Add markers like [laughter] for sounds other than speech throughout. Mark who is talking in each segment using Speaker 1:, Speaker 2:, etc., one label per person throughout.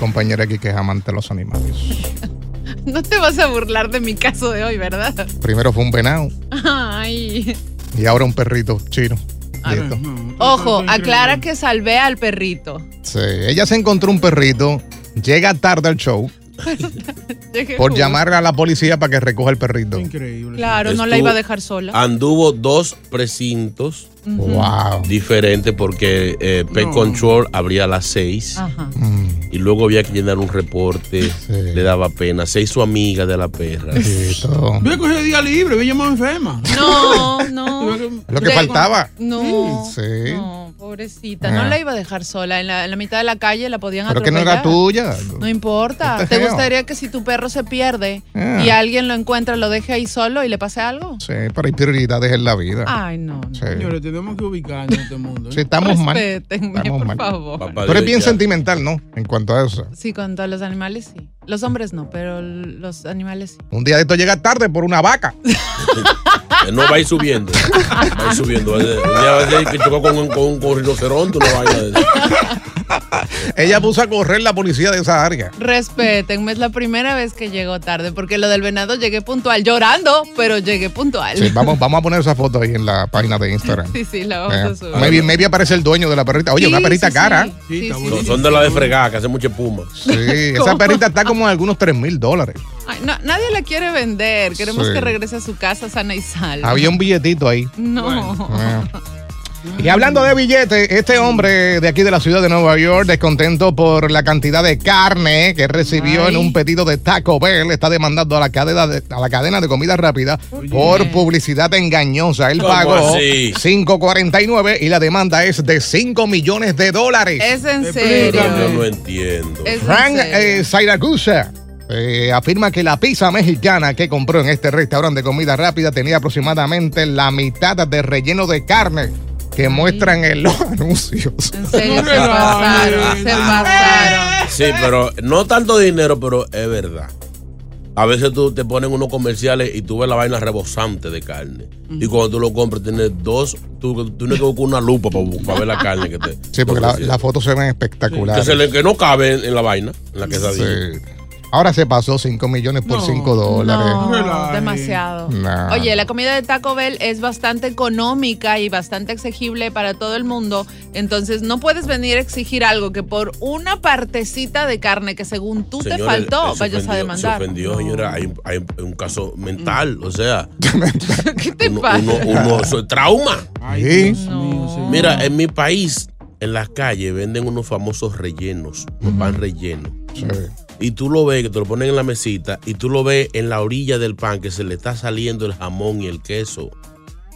Speaker 1: compañera aquí que es amante de los animales.
Speaker 2: No te vas a burlar de mi caso de hoy, ¿verdad? [laughs]
Speaker 1: Primero fue un venado
Speaker 2: Ay.
Speaker 1: y ahora un perrito chino.
Speaker 2: Ah,
Speaker 1: Y esto.
Speaker 2: Ojo, aclara que salvé al perrito. [laughs]
Speaker 1: Sí, ella se encontró un perrito, llega tarde al show
Speaker 2: Dejé
Speaker 1: por
Speaker 2: jugar.
Speaker 1: llamar a la policía para que recoja el perrito.
Speaker 2: Claro, no la
Speaker 3: Estuvo-
Speaker 2: iba a dejar sola.
Speaker 3: Anduvo dos precintos
Speaker 1: Wow.
Speaker 3: diferentes porque eh, Pet Control abría a las
Speaker 4: Ah.
Speaker 3: 6
Speaker 2: Ajá.
Speaker 1: Mm,
Speaker 3: y luego había que llenar un reporte. Le daba pena. Se hizo amiga de la perra.
Speaker 1: esto.
Speaker 4: [laughs]
Speaker 2: No, no.
Speaker 1: Lo que faltaba.
Speaker 2: No.
Speaker 1: Sí.
Speaker 2: No, Mm, pobrecita.
Speaker 1: Ah.
Speaker 2: No la iba a dejar sola. En la, en la mitad de la calle la podían
Speaker 1: Pero que no
Speaker 2: atropellar.
Speaker 1: era tuya.
Speaker 2: No importa.
Speaker 1: Está
Speaker 2: ¿Te
Speaker 1: feo.
Speaker 2: gustaría que si tu perro se pierde
Speaker 1: Ah.
Speaker 2: y alguien lo encuentra, lo deje ahí solo y le pase algo?
Speaker 1: Sí, pero hay prioridades en la vida.
Speaker 2: Ay, no. no.
Speaker 1: Sí.
Speaker 4: tenemos que ubicarnos en este mundo.
Speaker 1: Sí, Ah. estamos mal.
Speaker 2: Respétenme,
Speaker 1: Estamos
Speaker 2: por
Speaker 1: mal.
Speaker 2: favor.
Speaker 3: Papá
Speaker 1: Pero
Speaker 3: Dios,
Speaker 1: es bien
Speaker 3: ya.
Speaker 1: sentimental, ¿no? En cuanto a eso.
Speaker 2: Sí, con todos los animales sí. Los hombres no, pero los animales sí.
Speaker 1: Un día de esto llega tarde por una vaca.
Speaker 3: Eh, No va a ir subiendo. Va a ir subiendo. Eh, Ya va a decir que chocó con un, con un- con un rinoceronte. No vaya a decir.
Speaker 1: Ella puso a correr la policía de esa área.
Speaker 2: [laughs] Respétenme, es la primera vez que llego tarde, porque lo del venado llegué puntual, llorando, pero llegué puntual.
Speaker 1: Sí, vamos, vamos a poner esa foto ahí en la página de Instagram.
Speaker 2: [laughs] sí, sí, la vamos
Speaker 1: Eh,
Speaker 2: a subir.
Speaker 1: maybe, maybe aparece el dueño de la perrita. Oye,
Speaker 2: Sí,
Speaker 1: una perrita
Speaker 2: sí,
Speaker 1: cara.
Speaker 2: sí.
Speaker 4: Sí,
Speaker 2: Sí,
Speaker 4: está
Speaker 2: sí,
Speaker 4: bueno.
Speaker 3: No,
Speaker 2: sí.
Speaker 3: son de la de fregada, que hace mucha espuma.
Speaker 1: Sí, esa perrita está como en algunos 3 mil dólares.
Speaker 2: Ay, no, nadie la quiere vender. Queremos
Speaker 1: Sí.
Speaker 2: que regrese a su casa sana y salva.
Speaker 1: Había un billetito ahí.
Speaker 2: No.
Speaker 1: Eh. [laughs] Y hablando de billetes, este hombre de aquí de la ciudad de Nueva York, descontento por la cantidad de carne que recibió
Speaker 2: Ay.
Speaker 1: en un pedido de Taco Bell, está demandando a la cadena de, a la cadena de comida rápida por publicidad engañosa. Él
Speaker 3: ¿Cómo
Speaker 1: pagó
Speaker 3: así?
Speaker 1: 5.49 y la demanda es de 5 millones de dólares.
Speaker 2: Es en serio.
Speaker 3: Yo no entiendo.
Speaker 2: Es en
Speaker 1: Frank
Speaker 2: serio.
Speaker 1: eh, Siracusa eh, afirma que la pizza mexicana que compró en este restaurante de comida rápida tenía aproximadamente la mitad de relleno de carne que muestran en los [laughs] anuncios.
Speaker 2: En serio, se pasaron, se pasaron.
Speaker 3: Sí, pero no tanto dinero, pero es verdad. A veces tú te ponen unos comerciales y tú ves la vaina rebosante de carne. Y cuando tú lo compras, tienes dos. Tú, tú tienes que buscar una lupa para, para ver la carne que te.
Speaker 1: Sí, porque la- las
Speaker 3: ofrecieron.
Speaker 1: fotos se ven espectaculares.
Speaker 3: Entonces, el que no cabe en, en la vaina, en la quesadilla.
Speaker 1: Sí. Ahora se pasó 5 millones por 5 dólares. Ah.
Speaker 2: No, demasiado.
Speaker 3: Ah.
Speaker 1: Nah.
Speaker 2: Oye, la comida de Taco Bell es bastante económica y bastante exigible para todo el mundo. Entonces, no puedes venir a exigir algo que por una partecita de carne que según tú te
Speaker 3: Señores,
Speaker 2: faltó,
Speaker 3: se
Speaker 2: vayas a
Speaker 3: ofendió-
Speaker 2: demandar.
Speaker 3: Se ofendió,
Speaker 2: No.
Speaker 3: señora. Hay, un- hay un- un caso mental, o sea.
Speaker 2: [laughs] ¿Qué te
Speaker 3: uno,
Speaker 2: pasa?
Speaker 3: uno- uno- eso es trauma.
Speaker 1: Sí.
Speaker 2: No.
Speaker 3: Mira, en mi país, en las calles venden unos famosos rellenos, los pan rellenos.
Speaker 1: Sí.
Speaker 3: y tú lo ves, que te lo ponen en la mesita, y tú lo ves en la orilla del pan que se le está saliendo el jamón y el queso.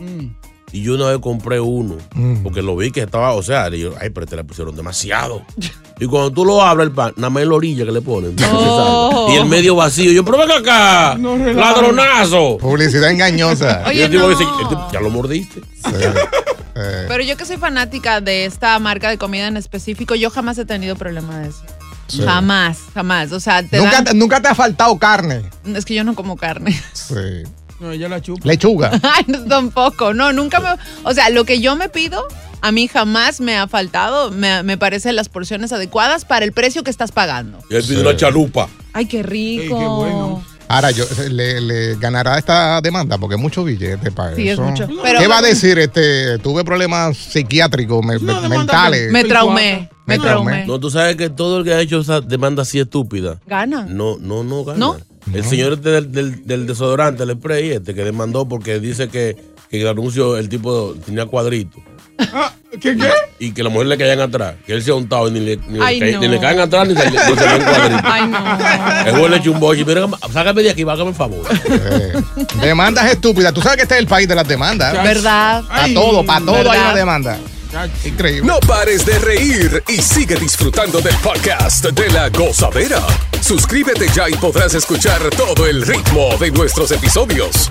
Speaker 4: Mm.
Speaker 3: Y yo una vez compré uno,
Speaker 1: Mm.
Speaker 3: porque lo vi que estaba, o sea, y yo, ay, pero te le pusieron demasiado. y cuando tú lo abres el pan, nada más en la orilla que le ponen. para que se
Speaker 2: Oh.
Speaker 3: salga. Y el medio vacío, yo, pero venga acá,
Speaker 2: No relajes.
Speaker 3: ladronazo.
Speaker 1: Publicidad
Speaker 3: [laughs]
Speaker 1: engañosa.
Speaker 3: Y
Speaker 2: Oye,
Speaker 3: yo digo,
Speaker 2: no.
Speaker 3: "Ese- este- ya lo mordiste.
Speaker 2: Pero yo que soy fanática de esta marca de comida en específico, yo jamás he tenido problema de eso.
Speaker 1: Sí.
Speaker 2: Jamás, jamás. O sea, te
Speaker 1: ¿Nunca,
Speaker 2: dan-
Speaker 1: te- nunca te ha faltado carne.
Speaker 2: es que yo no como carne.
Speaker 1: Sí.
Speaker 2: No, yo la chupo.
Speaker 1: Lechuga.
Speaker 2: [laughs] Ay, no, tampoco. No, nunca me. O sea, lo que yo me pido, a mí jamás me ha faltado. Me, me parecen las porciones adecuadas para el precio que estás pagando.
Speaker 3: [laughs] Y él pide una chalupa.
Speaker 2: Ay, qué rico.
Speaker 1: Ahora, yo, le, le ganará esta demanda porque es mucho billete para
Speaker 2: Sí, es
Speaker 1: eso.
Speaker 2: mucho. Pero-
Speaker 1: ¿Qué va a decir? Este, tuve problemas psiquiátricos, me- me- mentales.
Speaker 2: Me traumé. Me traumé.
Speaker 3: No, tú sabes que todo el que ha hecho esa demanda así estúpida.
Speaker 2: Gana.
Speaker 3: No, no, no gana.
Speaker 2: ¿No?
Speaker 3: El señor este del, del- del desodorante, el spray este, que demandó porque dice que, que el anuncio, el tipo tenía cuadrito.
Speaker 4: Ah, ¿Qué qué?
Speaker 3: Y que la mujer le caían atrás. Que él se ha untado y ni le, ni le
Speaker 4: Ay,
Speaker 3: cae-
Speaker 4: no.
Speaker 3: ni le caen atrás ni se, ni se ven
Speaker 2: [laughs]
Speaker 3: cuadritos.
Speaker 2: Ay, no.
Speaker 3: El juez le echó un boche. Mira, sácame de aquí, vágame el favor.
Speaker 1: Demandas estúpidas. Tú sabes que este es el país de las demandas.
Speaker 2: ¿Verdad?
Speaker 1: Para todo, para todo hay
Speaker 5: ¿Verdad?
Speaker 1: una demanda. Increíble.
Speaker 5: No pares de reír y sigue disfrutando del podcast de la gozadera. Suscríbete ya y podrás escuchar todo el ritmo de nuestros episodios.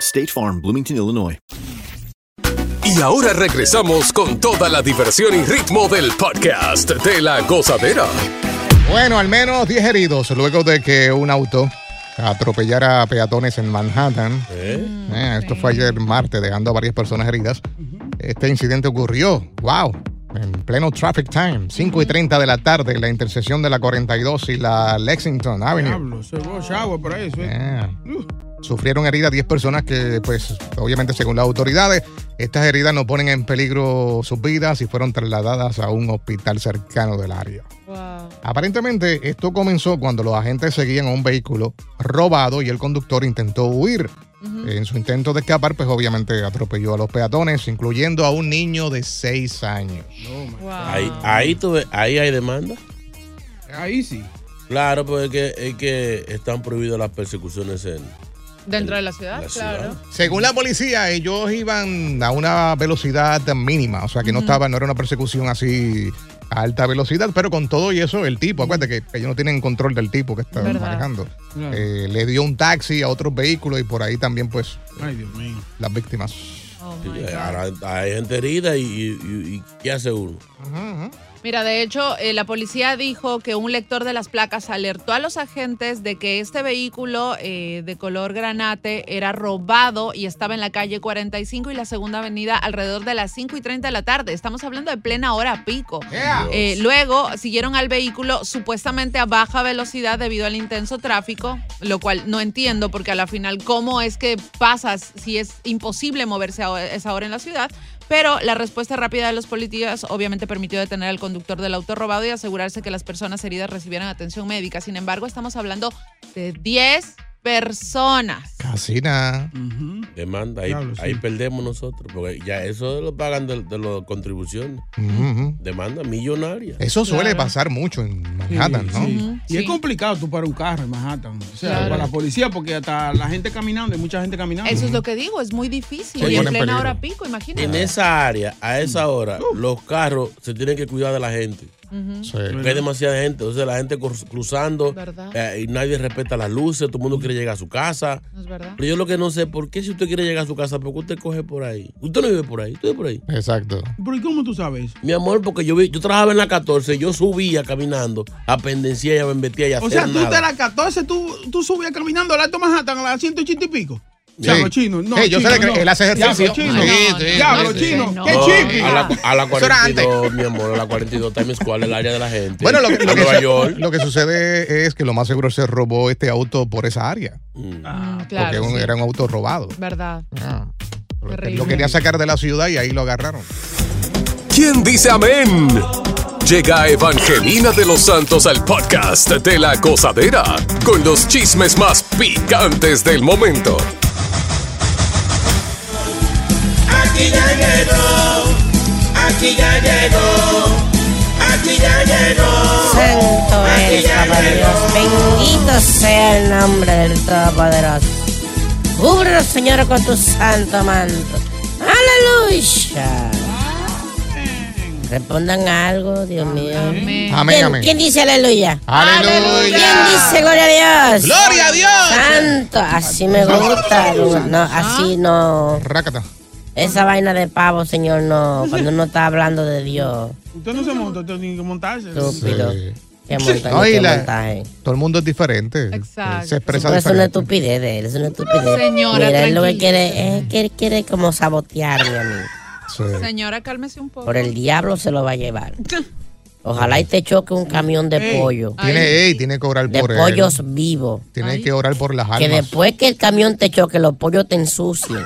Speaker 6: State Farm, Bloomington, Illinois.
Speaker 5: Y ahora regresamos con toda la diversión y ritmo del podcast de la gozadera.
Speaker 1: Bueno, al menos 10 heridos luego de que un auto atropellara a peatones en Manhattan. Eh, esto fue ayer martes, dejando a varias personas heridas. Este incidente ocurrió, wow, en pleno traffic time, 5 y 30 de la tarde, en la intersección de la 42 y la Lexington Avenue.
Speaker 4: Diablo, se fue chavo para eso. ¿eh?
Speaker 1: Sufrieron heridas 10 personas que, pues, obviamente, según las autoridades, estas heridas no ponen en peligro sus vidas y fueron trasladadas a un hospital cercano del área. Aparentemente, esto comenzó cuando los agentes seguían a un vehículo robado y el conductor intentó huir. En su intento de escapar, pues obviamente atropelló a los peatones, incluyendo a un niño de 6 años.
Speaker 4: oh,
Speaker 2: Ah.
Speaker 3: Ahí, ahí, tú ves, ahí hay demanda.
Speaker 4: Ahí sí.
Speaker 3: Claro, porque es que, es que están prohibidas las persecuciones en.
Speaker 2: Dentro de la ciudad,
Speaker 3: La ciudad.
Speaker 2: claro.
Speaker 1: Según la policía, ellos iban a una velocidad mínima, o sea que no
Speaker 2: Ujú.
Speaker 1: estaba, no era una persecución así a alta velocidad, pero con todo y eso, el tipo, acuérdate que ellos no tienen control del tipo que está
Speaker 4: ¿Verdad? Ah.
Speaker 1: manejando.
Speaker 4: Claro.
Speaker 1: Eh, le dio un taxi a otros vehículos y por ahí también, pues,
Speaker 4: Ay, Dios mío.
Speaker 1: las víctimas. Oh
Speaker 3: Sí, ahora hay gente herida y, y- y- y ¿qué hace uno?
Speaker 2: Mira, de hecho, eh, la policía dijo que un lector de las placas alertó a los agentes de que este vehículo eh, de color granate era robado y estaba en la calle 45 y la segunda avenida alrededor de las 5 y 30 de la tarde. Estamos hablando de plena hora pico.
Speaker 7: Yeah.
Speaker 2: Eh, luego siguieron al vehículo supuestamente a baja velocidad debido al intenso tráfico, lo cual no entiendo porque a la final, ¿cómo es que pasas si es imposible moverse a esa hora en la ciudad? Pero la respuesta rápida de los policías obviamente permitió detener al conductor del auto robado y asegurarse que las personas heridas recibieran atención médica. Sin embargo, estamos hablando de 10 personas.
Speaker 1: Casi nada.
Speaker 3: Demanda, ahí,
Speaker 1: Diablo, sí.
Speaker 3: ahí perdemos nosotros, porque ya eso lo pagan de, de las contribuciones.
Speaker 1: Ujú.
Speaker 3: Demanda millonaria.
Speaker 1: Eso suele
Speaker 4: Claro.
Speaker 1: pasar mucho en Manhattan, ¿no?
Speaker 4: Sí. Y es complicado tú para un carro en Manhattan. O sea,
Speaker 2: Claro.
Speaker 4: para la policía, porque hasta la gente caminando, hay mucha gente caminando.
Speaker 2: Eso es lo que digo, es muy difícil.
Speaker 3: Se
Speaker 2: y en
Speaker 3: pone en peligro.
Speaker 2: plena hora pico, imagínate.
Speaker 1: Mm.
Speaker 3: En esa área, a esa hora, los carros se tienen que cuidar de la gente.
Speaker 1: Sí.
Speaker 3: Porque hay demasiada gente. Entonces la gente cru- cruzando
Speaker 2: ¿Verdad?
Speaker 3: eh, y nadie respeta las luces. Todo el mundo quiere llegar a su casa.
Speaker 2: Es verdad.
Speaker 3: Pero yo lo que no sé, ¿por qué si usted quiere llegar a su casa, por qué usted coge por ahí? Usted no vive por ahí, usted vive por ahí.
Speaker 1: Exacto.
Speaker 4: Pero ¿y cómo tú sabes?
Speaker 3: Mi amor, porque yo vi- yo trabajaba en la 14, yo subía caminando a Pendencia y a Benvetía y a
Speaker 4: O
Speaker 3: hacer
Speaker 4: sea, tú
Speaker 3: nada.
Speaker 4: de las 14, tú, tú subías caminando al Alto Manhattan a las 180 y pico. Diablo chino, no.
Speaker 1: Sí, yo sé
Speaker 4: chino,
Speaker 1: que
Speaker 4: no.
Speaker 1: él hace ejercicio.
Speaker 4: Diablo chino,
Speaker 1: Sí, sí,
Speaker 4: Diablo
Speaker 1: sí, sí.
Speaker 4: chino,
Speaker 1: No.
Speaker 4: qué
Speaker 3: No,
Speaker 4: chiqui.
Speaker 3: A la, a la
Speaker 1: Eso era
Speaker 3: 42, mi amor, a la 42 Times Square, el área de la gente.
Speaker 1: Bueno, lo que,
Speaker 3: En
Speaker 1: lo, que
Speaker 3: [laughs] Nueva
Speaker 1: su-
Speaker 3: York.
Speaker 1: lo que sucede es que lo más seguro se robó este auto por esa área. Ah, porque un- era un auto robado.
Speaker 2: Mm, Verdad.
Speaker 1: Lo quería sacar de la ciudad y ahí lo agarraron.
Speaker 5: ¿Quién dice amén? Llega Evangelina de los Santos al podcast de la gozadera con los chismes más picantes del momento.
Speaker 8: Aquí ya llegó, aquí ya llegó, aquí ya llegó.
Speaker 7: Santo eres, Caballeros. Bendito sea el nombre del Todopoderoso. Cúbrenos, Señor, con tu santo manto. ¡Aleluya! Respondan algo, Dios mío.
Speaker 1: Amén,
Speaker 7: ¿Quién,
Speaker 1: amén.
Speaker 7: quién dice aleluya?
Speaker 1: Aleluya.
Speaker 7: ¿Quién dice gloria a Dios?
Speaker 1: Gloria a Dios.
Speaker 7: Santo, así me gusta. No,
Speaker 1: Ah.
Speaker 7: así no. Esa vaina de pavo, señor, no. Cuando uno está hablando de Dios.
Speaker 4: Usted no se monta, usted tiene que montarse.
Speaker 7: Estúpido. Qué
Speaker 1: [laughs]
Speaker 7: montaje,
Speaker 1: No, y
Speaker 7: qué
Speaker 1: la-
Speaker 7: montaje.
Speaker 1: todo el mundo es diferente.
Speaker 4: Exacto.
Speaker 1: Se expresa
Speaker 7: Pero es una
Speaker 1: diferente.
Speaker 7: estupidez de él, es una estupidez.
Speaker 2: Señora,
Speaker 7: Mira, él lo que
Speaker 2: tranquila.
Speaker 7: quiere es que él quiere como sabotearme a mí.
Speaker 2: Señora, cálmese un poco.
Speaker 7: Por
Speaker 2: [laughs]
Speaker 7: el diablo se lo va a llevar. Ojalá y te choque un camión de
Speaker 1: Ey,
Speaker 7: pollo.
Speaker 1: Tiene, ey, tiene que orar
Speaker 7: de
Speaker 1: por él.
Speaker 7: pollos vivos.
Speaker 1: Tiene que orar por las almas.
Speaker 7: Que después que el camión te choque, los pollos te ensucien.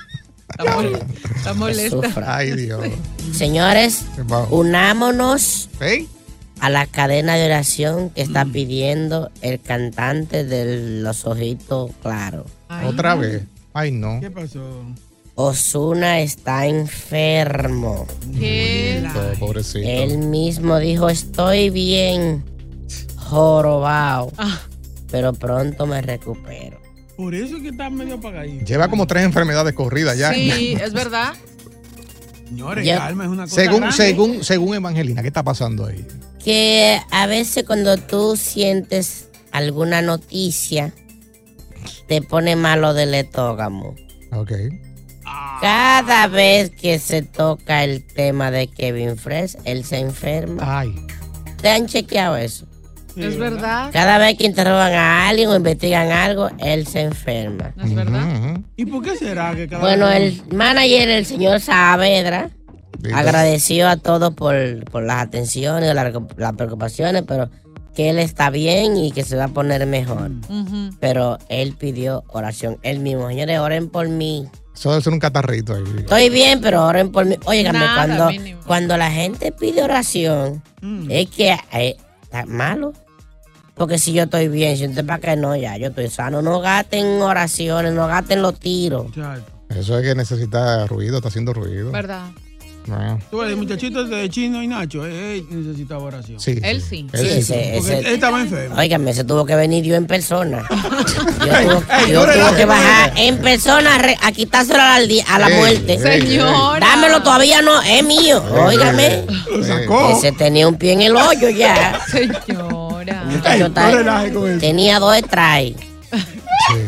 Speaker 1: [laughs]
Speaker 2: Está
Speaker 7: Que sufra.
Speaker 2: molesta.
Speaker 7: Señores, unámonos a la cadena de oración que
Speaker 1: Mm.
Speaker 7: está pidiendo el cantante de los ojitos claros.
Speaker 1: Otra vez. Ay, no. ¿Qué
Speaker 4: pasó?
Speaker 7: Osuna está enfermo.
Speaker 1: pues, pobrecito.
Speaker 7: Él mismo dijo, estoy bien, jorobado, pero pronto me recupero.
Speaker 4: Por eso es que está medio apagadito.
Speaker 1: Lleva como tres enfermedades corridas ya.
Speaker 2: Sí, es verdad.
Speaker 4: Señores,
Speaker 7: Ya.
Speaker 4: calma, es una cosa
Speaker 1: Según,
Speaker 4: grande.
Speaker 1: según, según Evangelina, ¿qué está pasando ahí?
Speaker 7: Que a veces cuando tú sientes alguna noticia, te pone malo del etógamo.
Speaker 1: Ok.
Speaker 7: Cada vez que se toca el tema de Kevin Fresh, él se enferma.
Speaker 1: Ay.
Speaker 7: ¿Te han chequeado eso?
Speaker 2: Es verdad.
Speaker 7: Cada vez que interrogan a alguien o investigan algo, él se enferma.
Speaker 2: Es verdad.
Speaker 4: ¿Y por qué será que cada
Speaker 7: Bueno,
Speaker 4: vez-
Speaker 7: el manager, el señor Saavedra, agradeció a todos por, por las atenciones, las, recu- las preocupaciones, pero que él está bien y que se va a poner mejor.
Speaker 2: Ujú.
Speaker 7: Pero él pidió oración él mismo. Señores, oren por mí.
Speaker 1: Eso debe ser un catarrito ahí.
Speaker 7: Estoy bien, pero oren por mí. Óigame,
Speaker 1: Nada,
Speaker 7: cuando, cuando la gente pide oración, es que eh, está malo. Porque si yo estoy bien, si usted para que no, ya, yo estoy sano. No gasten oraciones, no gasten los tiros.
Speaker 1: Eso es que necesita ruido, está haciendo ruido.
Speaker 2: ¿Verdad?
Speaker 1: Ah.
Speaker 4: [laughs] Tú ves, el muchachito de Chino y Nacho, eh, eh, necesitaba oración.
Speaker 1: Sí,
Speaker 2: Él sí.
Speaker 7: Sí, ese,
Speaker 4: Porque
Speaker 7: ese-
Speaker 4: él estaba enfermo.
Speaker 7: Óigame, se tuvo que venir yo en persona. Yo
Speaker 4: Ey,
Speaker 7: tuve,
Speaker 4: ey,
Speaker 7: yo
Speaker 4: no
Speaker 7: tuve
Speaker 4: relajes,
Speaker 7: que
Speaker 4: no
Speaker 7: bajar en persona a re- a quitárselo a la, aldi- a la
Speaker 1: Ey,
Speaker 7: muerte.
Speaker 1: ey, Señora.
Speaker 7: Dámelo todavía no, es mío. Óigame.
Speaker 1: Lo sacó.
Speaker 7: Ese tenía un pie en el hoyo ya.
Speaker 2: Señora.
Speaker 7: Muchacho, ta- tenía dos strikes.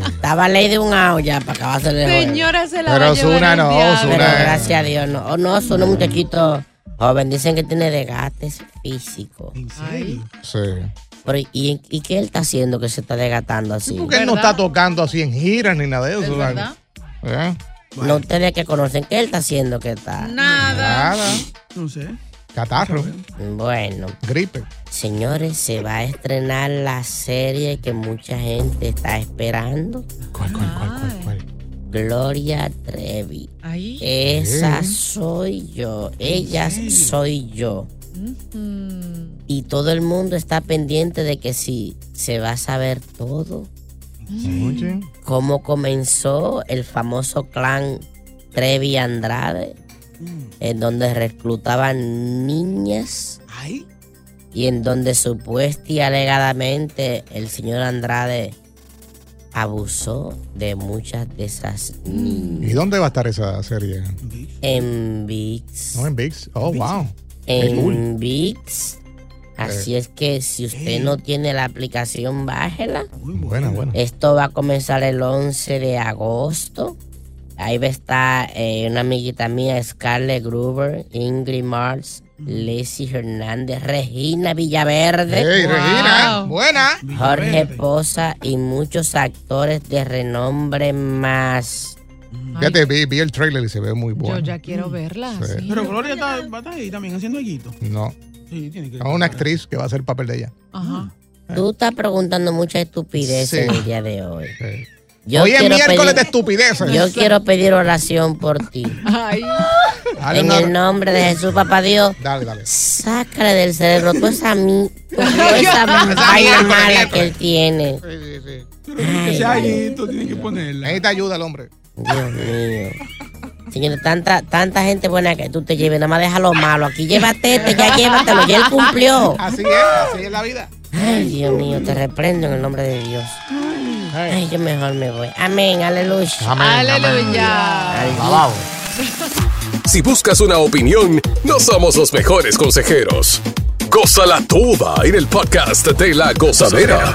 Speaker 7: Estaba ley de un AO ya para acabársele el juego.
Speaker 2: Señora, se la va a llevar el diablo.
Speaker 7: Pero gracias a Dios, no. Oh, no, Osuna, un muchachito joven. Dicen que tiene desgastes físicos.
Speaker 1: Sí.
Speaker 7: Pero, ¿y, y- y qué él está haciendo que se está desgastando así?
Speaker 1: Porque él no está tocando así en giras ni nada de eso. ¿vale? ¿Eh?
Speaker 7: No ustedes que conocen, ¿qué él está haciendo que está?
Speaker 2: Nada.
Speaker 1: Nada.
Speaker 4: No sé.
Speaker 1: Catarro.
Speaker 7: Bueno.
Speaker 1: Gripe.
Speaker 7: Señores, se va a estrenar la serie que mucha gente está esperando. Gloria Trevi.
Speaker 2: Ahí.
Speaker 7: Esa
Speaker 2: ¿Qué?
Speaker 7: soy yo. Ella soy yo. Y todo el mundo está pendiente de que si se va a saber todo. cómo comenzó el famoso clan Trevi Andrade, en donde reclutaban niñas y en donde supuesta y alegadamente el señor Andrade abusó de muchas de esas niñas
Speaker 1: ¿Y dónde va a estar esa serie?
Speaker 7: en VIX.
Speaker 1: No, en VIX. Oh, wow. Eh.
Speaker 7: en
Speaker 8: cool.
Speaker 7: VIX. Así es que si usted no tiene la aplicación, bájela.
Speaker 1: Buena, buena.
Speaker 7: Esto va a comenzar el 11 de agosto. Ahí va a estar eh, una amiguita mía, Scarlett Gruber, Ingrid Mars, Lacey Hernández, Regina Villaverde.
Speaker 8: Hey, Regina, Wow.
Speaker 1: buena.
Speaker 7: Jorge Poza y muchos actores de renombre más.
Speaker 1: Fíjate, vi, vi el trailer y se ve muy bueno.
Speaker 2: ya quiero verla.
Speaker 1: Sí.
Speaker 2: sí.
Speaker 4: Pero Gloria está, va a estar ahí también haciendo eguito.
Speaker 1: No.
Speaker 4: Sí, tiene que
Speaker 1: A una actriz que va a hacer papel de ella.
Speaker 2: Ajá.
Speaker 7: Tú estás preguntando muchas estupideces
Speaker 1: Ah. Sí.
Speaker 7: en el día de hoy.
Speaker 1: Hoy es
Speaker 7: quiero
Speaker 1: miércoles
Speaker 7: pedir-
Speaker 1: de estupideces.
Speaker 7: Yo quiero pedir oración por ti.
Speaker 1: Dale
Speaker 7: En
Speaker 1: una-
Speaker 7: el nombre de Jesús, papá Dios.
Speaker 1: Dale, dale.
Speaker 7: Sácale del cerebro toda esa, mi-
Speaker 1: [laughs]
Speaker 7: toda esa vaina mala que él tiene.
Speaker 4: Que
Speaker 7: Ay,
Speaker 4: sea
Speaker 7: Dios.
Speaker 4: eguito, tiene que ponerla.
Speaker 1: Necesita ayuda el hombre.
Speaker 7: Dios mío. Señor, tanta, tanta gente buena que tú te lleves, nada más déjalo malo. Aquí llévate este, ya llévatelo, ya él cumplió.
Speaker 1: Así es, así es la vida.
Speaker 7: Ay, Dios mío, te reprendo en el nombre de Dios. Ay, yo mejor me voy. Amén, aleluya.
Speaker 2: Aleluya.
Speaker 5: Alabado. Si buscas una opinión, no somos los mejores consejeros. Cosa la tuba en el podcast de la gozadera.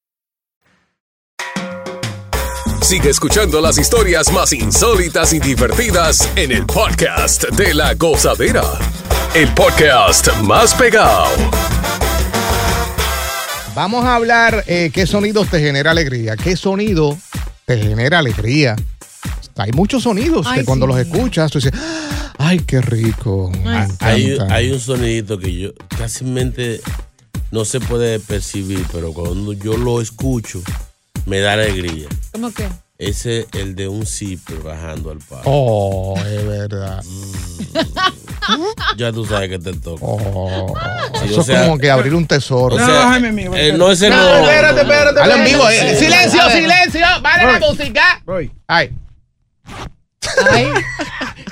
Speaker 5: Sigue escuchando las historias más insólitas y divertidas en el podcast de la gozadera. El podcast más pegado.
Speaker 1: Vamos a hablar eh, qué sonidos te genera alegría. ¿Qué sonido te genera alegría? Hay muchos sonidos
Speaker 3: Ay,
Speaker 1: que cuando
Speaker 3: sí.
Speaker 1: los escuchas tú dices, "Ah, ay, qué rico. me
Speaker 3: Hay,
Speaker 1: encanta".
Speaker 3: hay un sonidito que yo casi mente no se puede percibir, pero cuando yo lo escucho, me da alegría.
Speaker 1: [laughs]
Speaker 2: ¿Cómo que?
Speaker 3: Ese es el de un zipper bajando al parque.
Speaker 1: Oh, es verdad.
Speaker 3: Ya tú sabes que te toca. Sí,
Speaker 1: Oh. Eso
Speaker 3: o sea,
Speaker 1: es como que abrir un tesoro.
Speaker 3: o sea, No, Jaime, mi- eh, no es el-
Speaker 1: No, no, espérate, espérate.
Speaker 4: Habla en
Speaker 1: espérate.
Speaker 4: vivo, eh.
Speaker 1: A
Speaker 4: Silencio,
Speaker 1: ver.
Speaker 4: silencio. Vale la
Speaker 1: Voy.
Speaker 4: música.
Speaker 1: Ay.
Speaker 4: [laughs] Ay.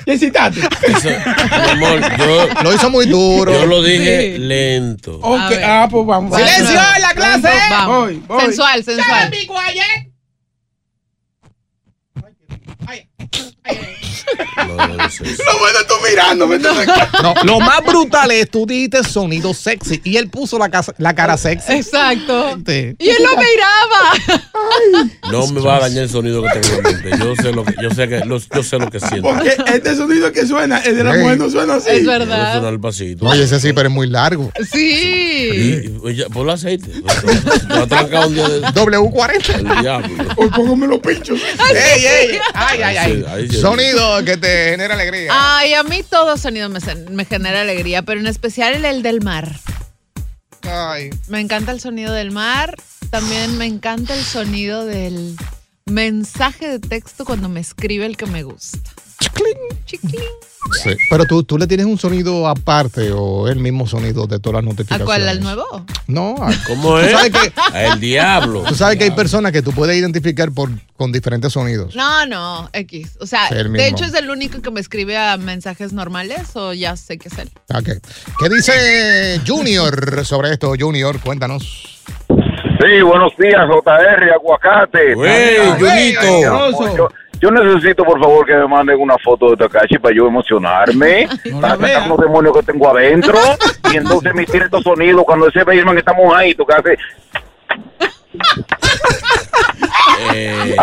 Speaker 4: ¿Te excitaste?
Speaker 3: Mi amor, yo-
Speaker 1: Lo hizo muy duro.
Speaker 3: Yo lo dije lento.
Speaker 4: Ok, ah, pues vamos. ¡Silencio en la clase!
Speaker 2: Vamos. Sensual, sensual.
Speaker 4: Dame mi guayet.
Speaker 1: No puedo tú mirándome. No, lo más brutal es tú dijiste sonido sexy y él puso la, casa- la cara sexy.
Speaker 2: Oh, Exacto.
Speaker 1: Gente.
Speaker 2: Y él lo miraba.
Speaker 3: No me va a dañar el sonido que tengo en mente. Yo sé lo que, yo sé que, lo- yo sé lo que siento.
Speaker 4: Porque este sonido que suena, el de la
Speaker 3: Ey.
Speaker 4: mujer no suena así.
Speaker 3: Es verdad. Debe sonar el pasito.
Speaker 1: Oye, ese sí, pero es muy largo.
Speaker 2: Sí.
Speaker 3: Y- y- oye,
Speaker 1: [laughs]
Speaker 3: Ponle aceite. Te va a trancar un día de.
Speaker 1: W40.
Speaker 3: El diablo.
Speaker 1: Hoy póngame los pinchos. ¡Ey,
Speaker 2: [laughs]
Speaker 1: ey! ¡Ay, ay,
Speaker 3: Ahí
Speaker 1: ay!
Speaker 3: sí, ahí sí.
Speaker 1: Sonido que te genera alegría.
Speaker 2: Ay, a mí todo sonido me, sen- me genera alegría, pero en especial el, el del mar.
Speaker 1: Ay.
Speaker 2: Me encanta el sonido del mar. También me encanta el sonido del mensaje de texto cuando me escribe el que me gusta.
Speaker 1: Sí, Pero tú, tú le tienes un sonido aparte o el mismo sonido de todas las
Speaker 2: ¿A
Speaker 1: notificaciones.
Speaker 2: cuál? ¿Al nuevo?
Speaker 1: No. a-
Speaker 3: ¿Cómo
Speaker 1: Tú
Speaker 3: es?
Speaker 1: sabes que,
Speaker 3: El diablo.
Speaker 1: tú sabes que hay personas que tú puedes identificar por, con diferentes sonidos.
Speaker 2: No, no, X. O sea,
Speaker 1: Sí, el mismo.
Speaker 2: de hecho es el único que me escribe a mensajes normales o ya sé qué es él.
Speaker 1: Ok. ¿Qué dice Junior sobre esto? Junior, cuéntanos.
Speaker 9: Sí, buenos días, JR, aguacate. También,
Speaker 1: Junito.
Speaker 9: yo- yo- Yo necesito, por favor, que me manden una foto de Takashi para yo emocionarme, para sacar los demonios que tengo adentro y entonces emitir estos sonidos cuando ese Baseman que estamos ahí, tú que haces.
Speaker 4: Eh,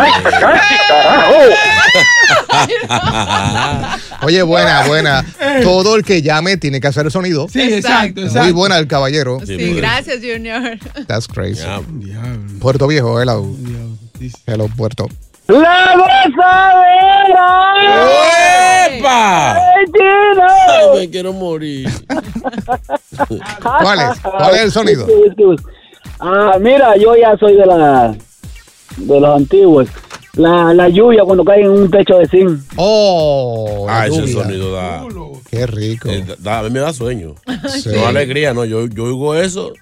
Speaker 9: ¡Ah, oh!
Speaker 10: [laughs]
Speaker 1: Oye,
Speaker 2: [laughs]
Speaker 1: buena, buena. Todo el que llame tiene que hacer el sonido.
Speaker 2: Eh. Sí, exacto,
Speaker 1: Muy
Speaker 2: exacto.
Speaker 1: buena el caballero.
Speaker 2: Sí, gracias, Junior. [laughs]
Speaker 1: That's crazy. Puerto Viejo, hello. Hello, Puerto.
Speaker 8: ¡La gozadera!
Speaker 3: ¡Epa!
Speaker 8: ¡Ay, chino!
Speaker 3: Ay, me quiero morir.
Speaker 8: ¿Cuál
Speaker 1: es? ¿Cuál es el sonido?
Speaker 11: Ah, mira, yo ya soy de la de los antiguos. La, la lluvia cuando cae en un techo de zinc.
Speaker 1: Oh,
Speaker 3: Ah, ese sonido da.
Speaker 1: Qué rico.
Speaker 3: a mí me da sueño.
Speaker 2: Sí.
Speaker 3: No alegría, no. Yo, yo oigo eso.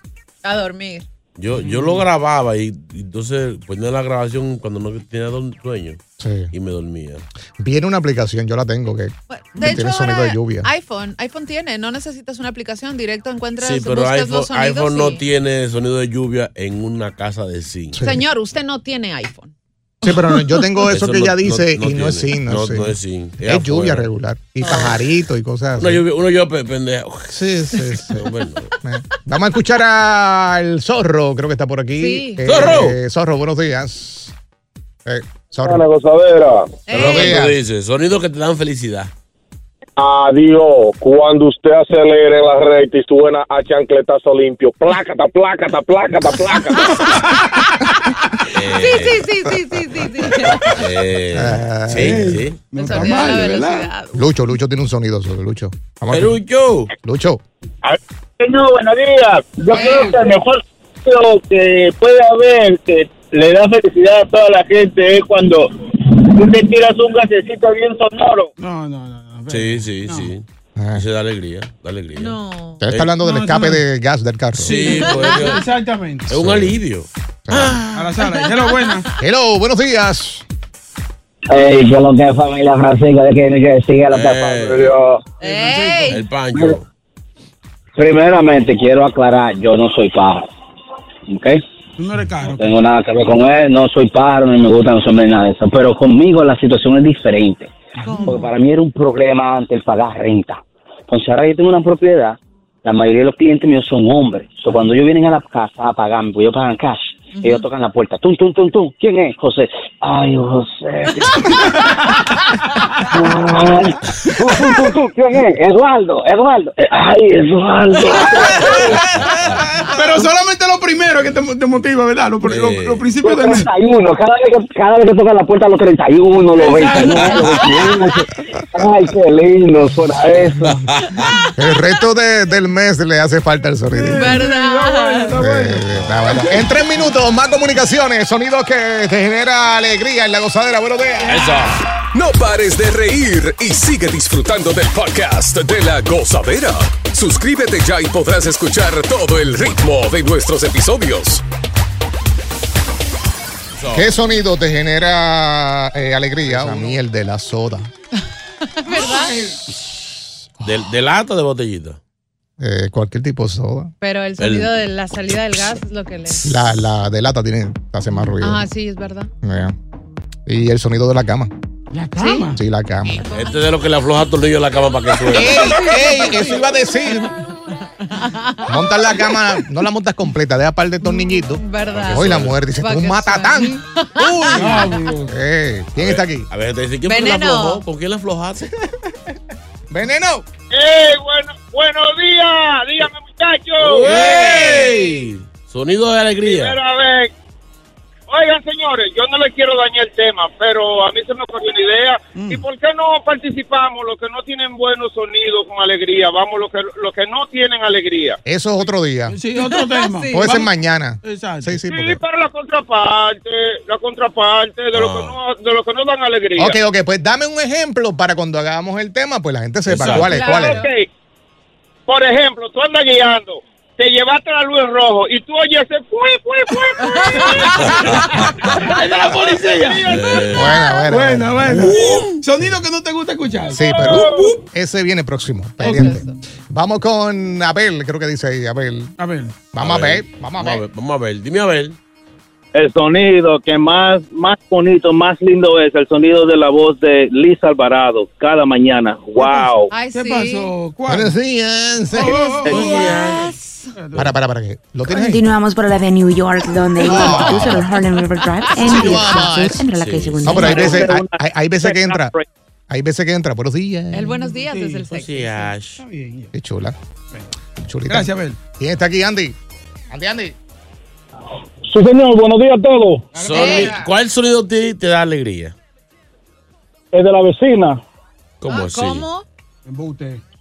Speaker 2: A dormir.
Speaker 3: Yo, yo lo grababa y y entonces ponía la grabación cuando no tenía don- sueño
Speaker 1: Sí.
Speaker 3: y me dormía.
Speaker 1: Viene una aplicación, yo la tengo que,
Speaker 2: De
Speaker 1: que
Speaker 2: hecho,
Speaker 1: tiene sonido
Speaker 2: ahora
Speaker 1: de lluvia.
Speaker 2: iPhone, iPhone tiene, no necesitas una aplicación, directo encuentras,
Speaker 3: Sí, pero
Speaker 2: buscas
Speaker 3: iPhone,
Speaker 2: los sonidos
Speaker 3: iPhone
Speaker 2: y-
Speaker 3: no tiene sonido de lluvia en una casa de zinc.
Speaker 2: Señor, usted no tiene iPhone. [laughs]
Speaker 1: Sí, pero no, yo
Speaker 3: [laughs]
Speaker 1: tengo eso, que
Speaker 3: no-
Speaker 1: ella
Speaker 3: no-
Speaker 1: dice y no es
Speaker 3: tiene.
Speaker 1: sin. No,
Speaker 3: No,
Speaker 1: es sin.
Speaker 3: no es sin.
Speaker 1: Es lluvia regular. Y pajarito y cosas
Speaker 3: Uno
Speaker 1: así.
Speaker 3: yo, uno yo pe- pendejo.
Speaker 1: Sí,
Speaker 3: [laughs]
Speaker 1: sí, sí.
Speaker 3: Bueno,
Speaker 1: Vamos a escuchar al zorro, creo que está por aquí.
Speaker 3: Sí. ¡Zorro!
Speaker 1: eh, zorro, buenos días. Eh, zorro.
Speaker 9: Hola, gozadera.
Speaker 3: pero lo que
Speaker 1: Eh.
Speaker 3: tú dices, sonidos que te dan felicidad.
Speaker 9: Adiós. Cuando usted acelere la recta y suena a chancletazo limpio, plácata, plácata, plácata, plácata.
Speaker 2: [laughs] Sí, sí, sí, sí, sí, sí, sí.
Speaker 1: Ah,
Speaker 3: sí, sí.
Speaker 2: Me salió a la velocidad.
Speaker 1: Lucho, Lucho tiene un sonido solo, Lucho. Vamos a-
Speaker 3: Lucho.
Speaker 1: Lucho.
Speaker 11: Señor, buenos días. Yo creo que el mejor sonido que puede haber que le da felicidad a toda la gente es cuando tú te tiras un gasecito bien sonoro.
Speaker 4: No, no, no.
Speaker 3: Sí, sí, sí.
Speaker 1: Ah.
Speaker 3: Eso da alegría, da alegría.
Speaker 2: No.
Speaker 1: Usted está hablando del escape del gas del carro.
Speaker 3: Sí, porque
Speaker 4: Exactamente. Ah,
Speaker 3: es un alivio.
Speaker 4: A la sala. Hello, buena.
Speaker 1: Hello, buenos días.
Speaker 11: Ey, que lo que es familia Francisco, de que, que siga lo que es familia.
Speaker 3: Eh. El pancho.
Speaker 11: Primeramente quiero aclarar, yo no soy pájaro. ¿Ok?
Speaker 4: Tú no eres caro.
Speaker 11: No tengo nada que ver con él, no soy pájaro, ni me gusta, no soy nada de eso. Pero conmigo la situación es diferente. Porque para mí era un problema antes el pagar renta. Entonces ahora yo tengo una propiedad, la mayoría de los clientes míos son hombres. So, cuando ellos vienen a la casa a pagarme, pues ellos pagan cash. Ellos tocan la puerta, tum, tum, tum, tum. ¿Quién es? José. Ay, José. Ay. Tum, tum, tum, tum. ¿Quién es? Eduardo, Eduardo. eh, Ay, Eduardo.
Speaker 4: [laughs] Pero solamente lo primero que te, te motiva, ¿verdad? Los lo, los principios del mes. [laughs]
Speaker 11: 31, cada vez que, cada vez que toca la puerta los 31, los 29, los 21. Ay, qué lindo suena eso.
Speaker 1: El resto de- del mes le hace falta el sonido.
Speaker 2: ¿Verdad?
Speaker 4: Eh,
Speaker 1: En tres minutos, más comunicaciones, sonidos que te genera alegría en la gozadera. Buenos días.
Speaker 5: No pares de reír y sigue disfrutando del podcast de la gozadera. Suscríbete ya y podrás escuchar todo el ritmo de nuestros episodios.
Speaker 1: ¿Qué sonido te genera eh, alegría? A mí el de la soda.
Speaker 3: ¿De, de lata o de botellita?
Speaker 1: Eh, cualquier tipo de soda.
Speaker 2: Pero el sonido de la salida del gas es lo que le.
Speaker 1: La, la de lata tiene, hace más ruido.
Speaker 2: Ah, sí, es verdad.
Speaker 1: Yeah. Y el sonido de la cama.
Speaker 2: ¿La cama?
Speaker 1: Sí, la cama.
Speaker 3: Este es de lo que le afloja tornillo en la cama para que suene.
Speaker 1: ¡Ey! ¡Ey! Eso iba a decir. Montas la cama, no la montas completa, deja par de tornillitos.
Speaker 2: Mm, ¿Verdad?
Speaker 1: Hoy la mujer dice,
Speaker 2: Pa'
Speaker 1: tú
Speaker 2: que
Speaker 1: matatán. Uy. Ey, ¿Quién está aquí?
Speaker 3: A ver, te dice, ¿quién fue que la
Speaker 1: Veneno.
Speaker 3: aflojó? ¿Con quién la aflojaste?
Speaker 1: ¡Veneno!
Speaker 8: ¡Ey, Eh, bueno, buenos días! Dígame, muchachos.
Speaker 3: ¡Ey! Sonido de alegría.
Speaker 8: Primera vez. Oigan, señores, yo no les quiero dañar el tema, pero a mí se me ocurrió una idea. ¿Y por qué no participamos los que no tienen buenos sonidos con alegría? Vamos, los que, los que no tienen alegría.
Speaker 1: Eso es otro día.
Speaker 4: Sí, otro
Speaker 2: [laughs]
Speaker 4: tema. Sí.
Speaker 1: Puede ser
Speaker 4: Vamos.
Speaker 1: mañana.
Speaker 4: Exacto.
Speaker 1: Sí, sí,
Speaker 8: Sí,
Speaker 1: porque-
Speaker 8: pero la contraparte, la contraparte de, lo que no, de lo que no dan alegría.
Speaker 1: Ok, ok, pues dame un ejemplo para cuando hagamos el tema, pues la gente sepa
Speaker 8: Exacto.
Speaker 1: cuál es, cuál es.
Speaker 8: Ok. Por ejemplo, tú andas guiando, te llevaste la luz en rojo y tú oyes ese fue, fue, fue,
Speaker 4: [laughs]
Speaker 8: fue.
Speaker 4: de la policía.
Speaker 1: Buena, buena.
Speaker 4: Buena, buena. Sonido que no te gusta escuchar.
Speaker 1: Sí, pero ese viene próximo. pendiente. Vamos con Abel, creo que dice ahí, Abel.
Speaker 4: Abel.
Speaker 1: Vamos a ver, vamos a ver.
Speaker 3: Vamos a ver, dime a ver.
Speaker 11: El sonido que más, más bonito, más lindo es el sonido de la voz de Liz Alvarado cada mañana. ¡Wow!
Speaker 4: ¿Qué pasó?
Speaker 1: Buenos días.
Speaker 12: Oh,
Speaker 4: Buenos días.
Speaker 2: Dios.
Speaker 1: Para, para, para. que ¿Lo tienes ahí?
Speaker 12: Continuamos por la de New York, donde
Speaker 1: Ah.
Speaker 12: incluso el Harlem River Drive en
Speaker 1: Sí,
Speaker 12: Villa
Speaker 1: vamos.
Speaker 12: Castle, entre la que segunda
Speaker 1: No, pero hay
Speaker 12: y la
Speaker 1: veces,
Speaker 12: otra.
Speaker 1: hay, hay- hay veces que entra. Hay veces que entra. Buenos días.
Speaker 2: El buenos días es el
Speaker 4: pues
Speaker 2: sexo.
Speaker 1: Qué chula. Chulita.
Speaker 4: Gracias, Abel.
Speaker 1: ¿Quién está aquí, Andy? Andy, Andy.
Speaker 13: Sí, señor, buenos días a todos.
Speaker 3: Soni- ¿Cuál sonido te, te da alegría?
Speaker 13: El de la vecina,
Speaker 2: Ah,
Speaker 3: ¿Cómo así?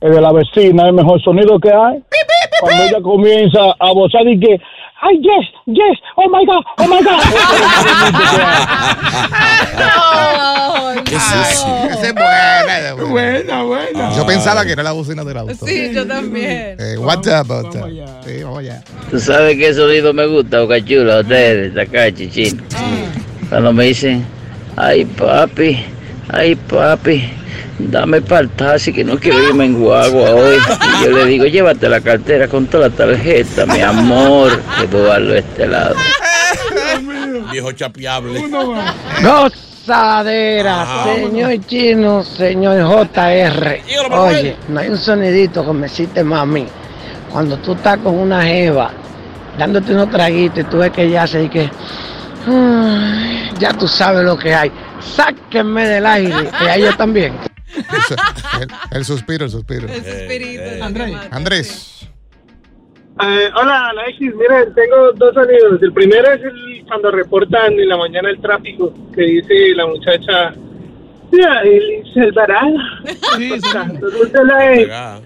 Speaker 13: el de la vecina, el mejor sonido que hay. Cuando ella comienza a bozar y que, ay, yes, yes, oh my god, oh my god.
Speaker 1: Qué sucio. Esa es buena, buena, buena. Yo pensaba que era la bocina del auto.
Speaker 2: Sí, yo también.
Speaker 1: Eh, what's up, what's up? Sí, vamos allá.
Speaker 14: ¿Tú sabes qué sonido me gusta, Ocachula, a ustedes, acá, Chichín? Cuando me dicen, ay papi, ay papi, dame para el taxi que no quiero irme en guagua hoy. Y yo le digo, llévate la cartera con toda la tarjeta, mi amor, que voy a darlo a este lado.
Speaker 3: Viejo chapeable.
Speaker 15: Gozadera,
Speaker 3: Ah.
Speaker 15: señor chino, señor JR.
Speaker 3: Dígalo, Manuel.
Speaker 15: Oye, no hay un sonidito que me hiciste mami. Cuando tú estás con una jeva, dándote unos traguitos y tú ves que ella hace y que. "Ay, Ya tú sabes lo que hay. Sáquenme del aire, que hay yo también.
Speaker 1: El, el suspiro, el suspiro.
Speaker 15: El suspirito,
Speaker 1: Eh, eh.
Speaker 15: el animal,
Speaker 1: Andrés.
Speaker 16: [laughs] Eh, hola, Alexis. Mira, tengo dos sonidos. El primero es el, cuando reportan en la mañana el tráfico, que dice la muchacha. Mira, Elisa Alvarado. Sí,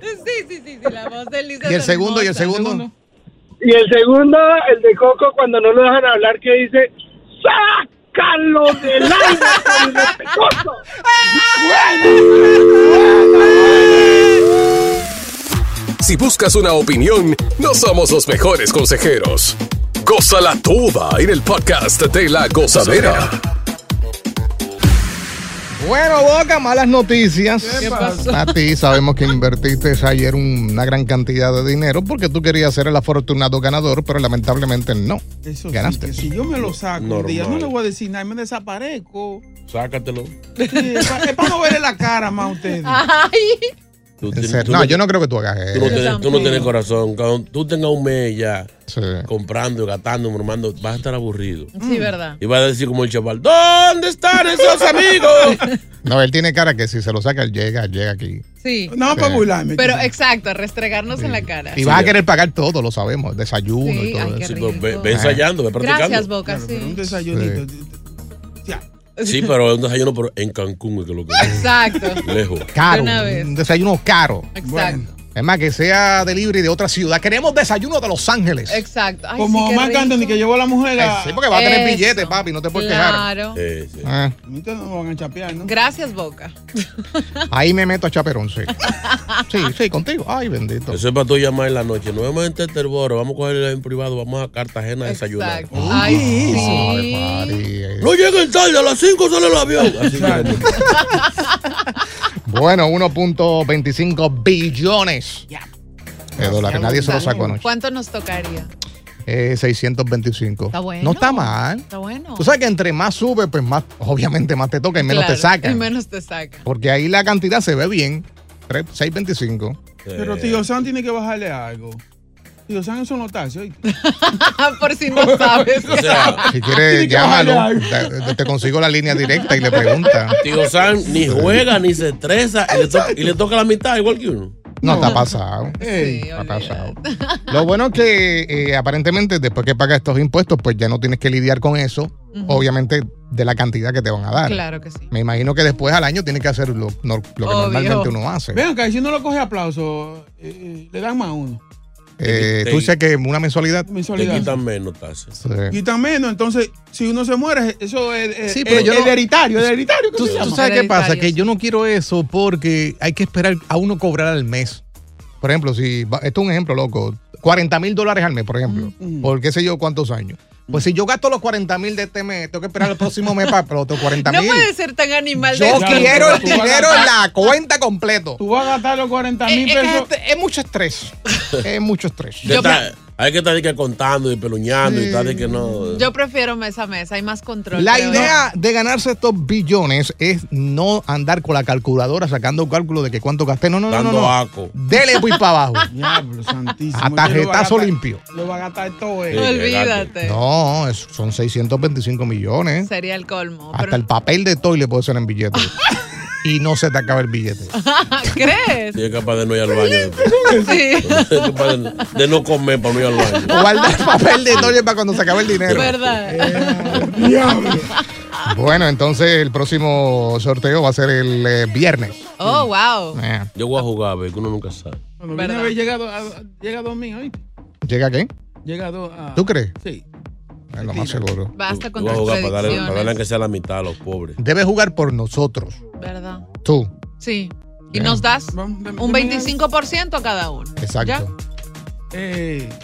Speaker 2: Sí, sí, sí, sí, la voz de Elisa.
Speaker 1: ¿Y el segundo? ¿Y el segundo?
Speaker 16: Y el segundo, el de Coco, cuando no lo dejan hablar, que dice: ¡Sácalo del aire, con este coso".
Speaker 5: Si buscas una opinión, no somos los mejores consejeros. Cosa la tuba en el podcast de la gozadera.
Speaker 1: Bueno, Boca, malas noticias.
Speaker 17: ¿Qué pasó?
Speaker 1: A ti sabemos que invertiste ayer una gran cantidad de dinero porque tú querías ser el afortunado ganador, pero lamentablemente no.
Speaker 4: Eso sí,
Speaker 1: Ganaste.
Speaker 4: que si yo me lo saco un día,
Speaker 1: Normal.
Speaker 4: no le voy a decir nada, me desaparezco.
Speaker 3: Sácatelo.
Speaker 4: Sí, es pa- es para no verle la cara más a ustedes.
Speaker 1: En serio. No, yo no creo que tú hagas
Speaker 3: Tú no,
Speaker 1: eso.
Speaker 3: tienes, tú no tienes corazón. Cuando tú tengas un mes ya comprando, gastando, murmando, vas a estar aburrido.
Speaker 4: Mm.
Speaker 2: Sí, verdad.
Speaker 3: Y vas a decir como el chaval, ¿dónde están esos amigos?
Speaker 1: [laughs] No, él tiene cara que si se lo saca, él llega, llega aquí.
Speaker 2: Sí.
Speaker 1: No, para burlarme.
Speaker 2: Pero exacto, restregarnos en la cara.
Speaker 1: Y vas a querer pagar todo, lo sabemos, desayuno y
Speaker 2: Sí,
Speaker 1: todo
Speaker 2: ay, qué
Speaker 1: eso.
Speaker 2: rico.
Speaker 3: Ve, ve ensayando, ve practicando.
Speaker 2: Gracias, Boca. sí.
Speaker 4: desayunito.
Speaker 3: Sí, pero es un desayuno pero en Cancún es que lo que
Speaker 2: Exacto.
Speaker 3: Lejos.
Speaker 1: Eh, Caro,
Speaker 2: De una vez.
Speaker 1: un desayuno caro.
Speaker 2: Exacto.
Speaker 1: Es más, que sea delivery de otra ciudad. Queremos desayuno de Los Ángeles.
Speaker 2: Exacto. Ay,
Speaker 4: Como
Speaker 2: sí, qué
Speaker 4: Marc
Speaker 2: rico.
Speaker 4: Anthony que llevó a la mujer a.
Speaker 1: Ay, sí, porque va a tener Eso. billete, papi, no te puedes quejar.
Speaker 2: Claro.
Speaker 1: Ah,
Speaker 4: Ahorita no van a chapear, ¿no?
Speaker 2: Gracias, Boca.
Speaker 1: ahí me meto a chaperón, sí. Sí, sí, contigo. Ay, bendito.
Speaker 3: Eso es para tú llamar en la noche. Nos vemos en Teterboro, vamos a coger en privado, vamos a Cartagena a desayunar.
Speaker 2: Ay, sí.
Speaker 3: No lleguen tarde, a las 5 sale el avión. Así
Speaker 1: [laughs] Bueno, 1.25 billones de dólares. Nadie se lo sacó anoche.
Speaker 2: ¿Cuánto nos tocaría?
Speaker 1: Eh, 625.
Speaker 2: Está bueno.
Speaker 1: No está mal.
Speaker 2: Está bueno.
Speaker 1: Tú sabes que entre más sube, pues más, obviamente más te toca y menos te
Speaker 2: Claro, Y
Speaker 1: sacan.
Speaker 2: menos te saca.
Speaker 1: Porque ahí la cantidad se ve bien. Tres- 625.
Speaker 4: Pero tío San tiene que bajarle algo. Tío San eso no está, ¿sí?
Speaker 2: [laughs] Por si no sabes.
Speaker 1: [laughs] Si
Speaker 3: [laughs]
Speaker 1: quieres,
Speaker 4: tiene que bajarle
Speaker 1: llámalo. Te, te consigo la línea directa y le pregunta.
Speaker 3: Tío Sam ni juega ni se estresa y le, toca, y le toca la mitad igual que uno.
Speaker 1: No, está pasado. está pasado. [laughs] Lo bueno es que eh, aparentemente después que pagas estos impuestos, pues ya no tienes que lidiar con eso,
Speaker 2: Ujú.
Speaker 1: obviamente de la cantidad que te van a dar.
Speaker 2: Claro que sí.
Speaker 1: Me imagino que después al año tienes que hacer lo, no- lo que
Speaker 4: Obvio.
Speaker 1: normalmente uno hace.
Speaker 4: Vean que si no lo coge aplauso, eh, eh, le dan más a uno.
Speaker 1: Eh, tú dices que una mensualidad.
Speaker 4: Mensualidad. Te quitan
Speaker 3: menos, Tassi.
Speaker 4: Y también, ¿no? entonces, si uno se muere, eso es, es-
Speaker 1: Sí, pero
Speaker 4: es
Speaker 1: yo no-
Speaker 4: Eh, hereditario, es hereditario. ¿qué
Speaker 1: ¿Tú,
Speaker 4: se
Speaker 1: tú
Speaker 4: llama?
Speaker 1: sabes qué pasa? Que yo no quiero eso porque hay que esperar a uno cobrar al mes. Por ejemplo, si va- esto es un ejemplo loco, 40 mil dólares al mes, por ejemplo,
Speaker 4: Mm,
Speaker 1: por qué sé yo cuántos años. Pues si yo gasto los 40 mil de este mes, tengo que esperar el próximo mes para los otros 40
Speaker 2: [laughs] No
Speaker 1: mil.
Speaker 2: puede ser tan animal.
Speaker 1: Yo
Speaker 2: de-
Speaker 1: quiero el dinero en la cuenta completo.
Speaker 4: Tú vas a gastar los 40
Speaker 1: mil
Speaker 2: pesos.
Speaker 1: Es, mucho estrés. es mucho estrés.
Speaker 3: Deta- Hay que estar de que contando y peluñando y tal, de que no.
Speaker 2: Yo prefiero mesa a mesa, hay más control.
Speaker 1: La
Speaker 2: creo.
Speaker 1: idea de ganarse estos billones es no andar con la calculadora sacando un cálculo de que cuánto gasté. No, no, no, no.
Speaker 3: Dando
Speaker 1: no.
Speaker 3: aco.
Speaker 1: Dele pues para
Speaker 2: [laughs]
Speaker 1: abajo.
Speaker 4: [laughs] Diablo, santísimo.
Speaker 1: A tarjetazo
Speaker 4: Yo lo voy a gastar-
Speaker 1: limpio.
Speaker 4: Lo va a gastar todo, eh.
Speaker 2: Sí, Olvídate.
Speaker 1: No, es- son 625 millones.
Speaker 2: Sería el colmo.
Speaker 1: Hasta el papel de toile puede ser en billetes.
Speaker 2: [laughs]
Speaker 1: y no se te acaba el billete.
Speaker 2: ¿Crees?
Speaker 3: Si es capaz de no ir al baño.
Speaker 2: Sí.
Speaker 3: Es capaz [laughs] de, de no comer para no ir al baño.
Speaker 2: [laughs]
Speaker 1: Guardar papel de toile para cuando se acabe el dinero. Bueno, entonces el próximo sorteo va a ser el eh, viernes.
Speaker 2: Oh, wow.
Speaker 1: Eh,
Speaker 3: Yo voy a jugar, ve, que uno nunca sabe.
Speaker 4: Cuando viene a ver, llega a, a- llega a dormir, ¿oíste?
Speaker 1: ¿Llega qué?
Speaker 4: Llega a, do- a-
Speaker 1: ¿Tú crees?
Speaker 4: Sí.
Speaker 1: Es lo más seguro.
Speaker 2: Basta
Speaker 3: Yo
Speaker 2: con
Speaker 3: voy a
Speaker 2: tus
Speaker 3: jugar para darle,
Speaker 2: predicciones.
Speaker 3: para darle que sea la mitad a los pobres.
Speaker 1: Debes jugar por nosotros.
Speaker 2: ¿Verdad?
Speaker 1: Tú.
Speaker 2: Sí. Y
Speaker 1: Bien.
Speaker 2: nos das un 25% a cada uno.
Speaker 1: Exacto.
Speaker 2: ¿Ya?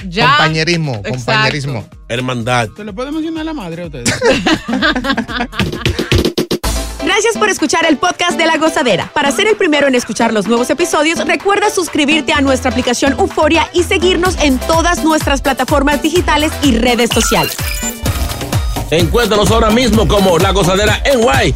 Speaker 2: ¿Ya?
Speaker 1: Compañerismo,
Speaker 2: Exacto.
Speaker 1: compañerismo.
Speaker 3: Hermandad.
Speaker 4: ¿Se le puede mencionar a la madre a ustedes?
Speaker 18: Gracias por escuchar el podcast de La Gozadera. Para ser el primero en escuchar los nuevos episodios, recuerda suscribirte a nuestra aplicación Euforia y seguirnos en todas nuestras plataformas digitales y redes sociales.
Speaker 3: Encuéntranos ahora mismo como La Gozadera en Guay.